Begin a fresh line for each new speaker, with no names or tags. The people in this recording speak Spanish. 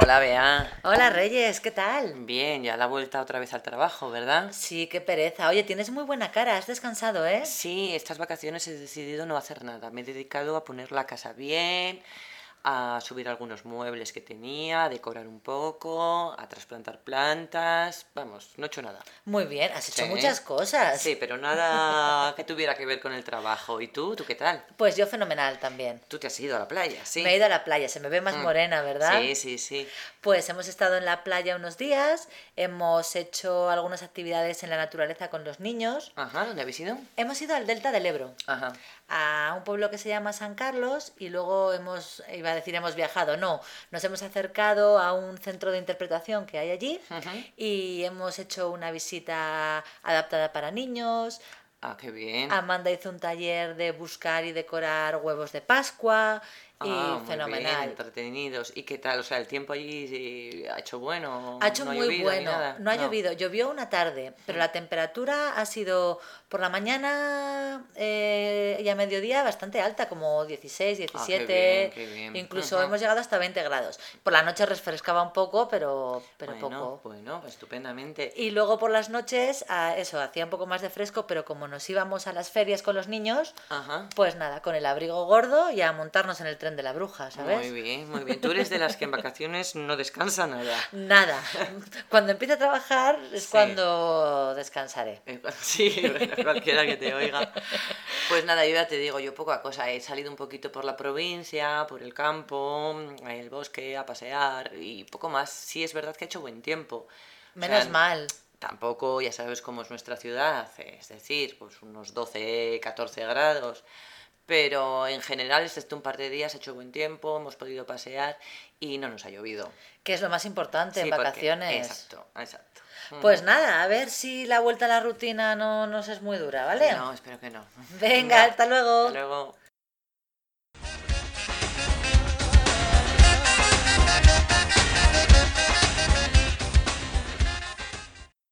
Hola, Bea.
Hola Reyes, ¿qué tal?
Bien, ya la vuelta otra vez al trabajo, ¿verdad?
Sí, qué pereza. Oye, tienes muy buena cara, has descansado, ¿eh?
Sí, estas vacaciones he decidido no hacer nada. Me he dedicado a poner la casa bien, a subir algunos muebles que tenía, a decorar un poco, a trasplantar plantas. Vamos, no he hecho nada.
Muy bien, has hecho
Sí.
muchas cosas.
Ah, Sí, pero nada que tuviera que ver con el trabajo. ¿Y tú? ¿Tú qué tal?
Pues yo fenomenal también.
Tú te has ido a la playa, ¿sí? Mm.
Me he ido a la playa, se me ve más morena, ¿verdad?
Sí, sí, sí.
Pues hemos estado en la playa unos días, hemos hecho algunas actividades en la naturaleza con los niños.
Ajá, ¿dónde habéis ido?
Hemos ido al delta del Ebro,
Ajá.
a un pueblo que se llama San Carlos y luego hemos, iba a decir hemos viajado, no, nos hemos acercado a un centro de interpretación que hay allí
Ujú.
y hemos hecho una visita adaptada para niños.
Ah, qué bien.
Amanda hizo un taller de buscar y decorar huevos de Pascua
Ah,
y
muy bien,
fenomenal.
entretenidos. ¿Y qué tal? O sea, el tiempo allí eh, ha hecho bueno.
Ha hecho
no
muy
llovido ni
bueno,
nada? Mm.
no ha llovido, llovió una tarde, pero la temperatura ha sido por la mañana eh, y a mediodía bastante alta, como 16, 17,
Ah, bien, qué bien.
incluso
Ujú.
hemos llegado hasta 20 grados. Por la noche refrescaba un poco, pero, pero
bueno,
poco.
Bueno, estupendamente.
Y luego por las noches, ah, eso, hacía un poco más de fresco, pero como nos íbamos a las ferias con los niños,
Ajá.
pues nada, con el abrigo gordo y a montarnos en el tren de la bruja, ¿sabes?
Muy bien, muy bien. Tú eres de las que en vacaciones no descansa nada.
Nada. Cuando empiece a trabajar es
Sí.
cuando descansaré.
Eh, Sí, bueno, cualquiera que te oiga. Pues nada, yo ya te digo, yo poca cosa. He salido un poquito por la provincia, por el campo, el bosque, a pasear y poco más. Sí, es verdad que ha hecho buen tiempo. O sea,
Menos mal.
Tampoco, ya sabes cómo es nuestra ciudad, es decir, pues unos 12, 14 grados. Pero en general, excepto un par de días, ha hecho buen tiempo, hemos podido pasear y no nos ha llovido.
Que es lo más importante en
Sí, porque-
vacaciones.
Exacto, Mm. exacto.
Pues nada, a ver si la vuelta a la rutina no nos es muy dura, ¿vale?
Mm. No, espero que no.
Venga, hasta luego.
Hasta luego.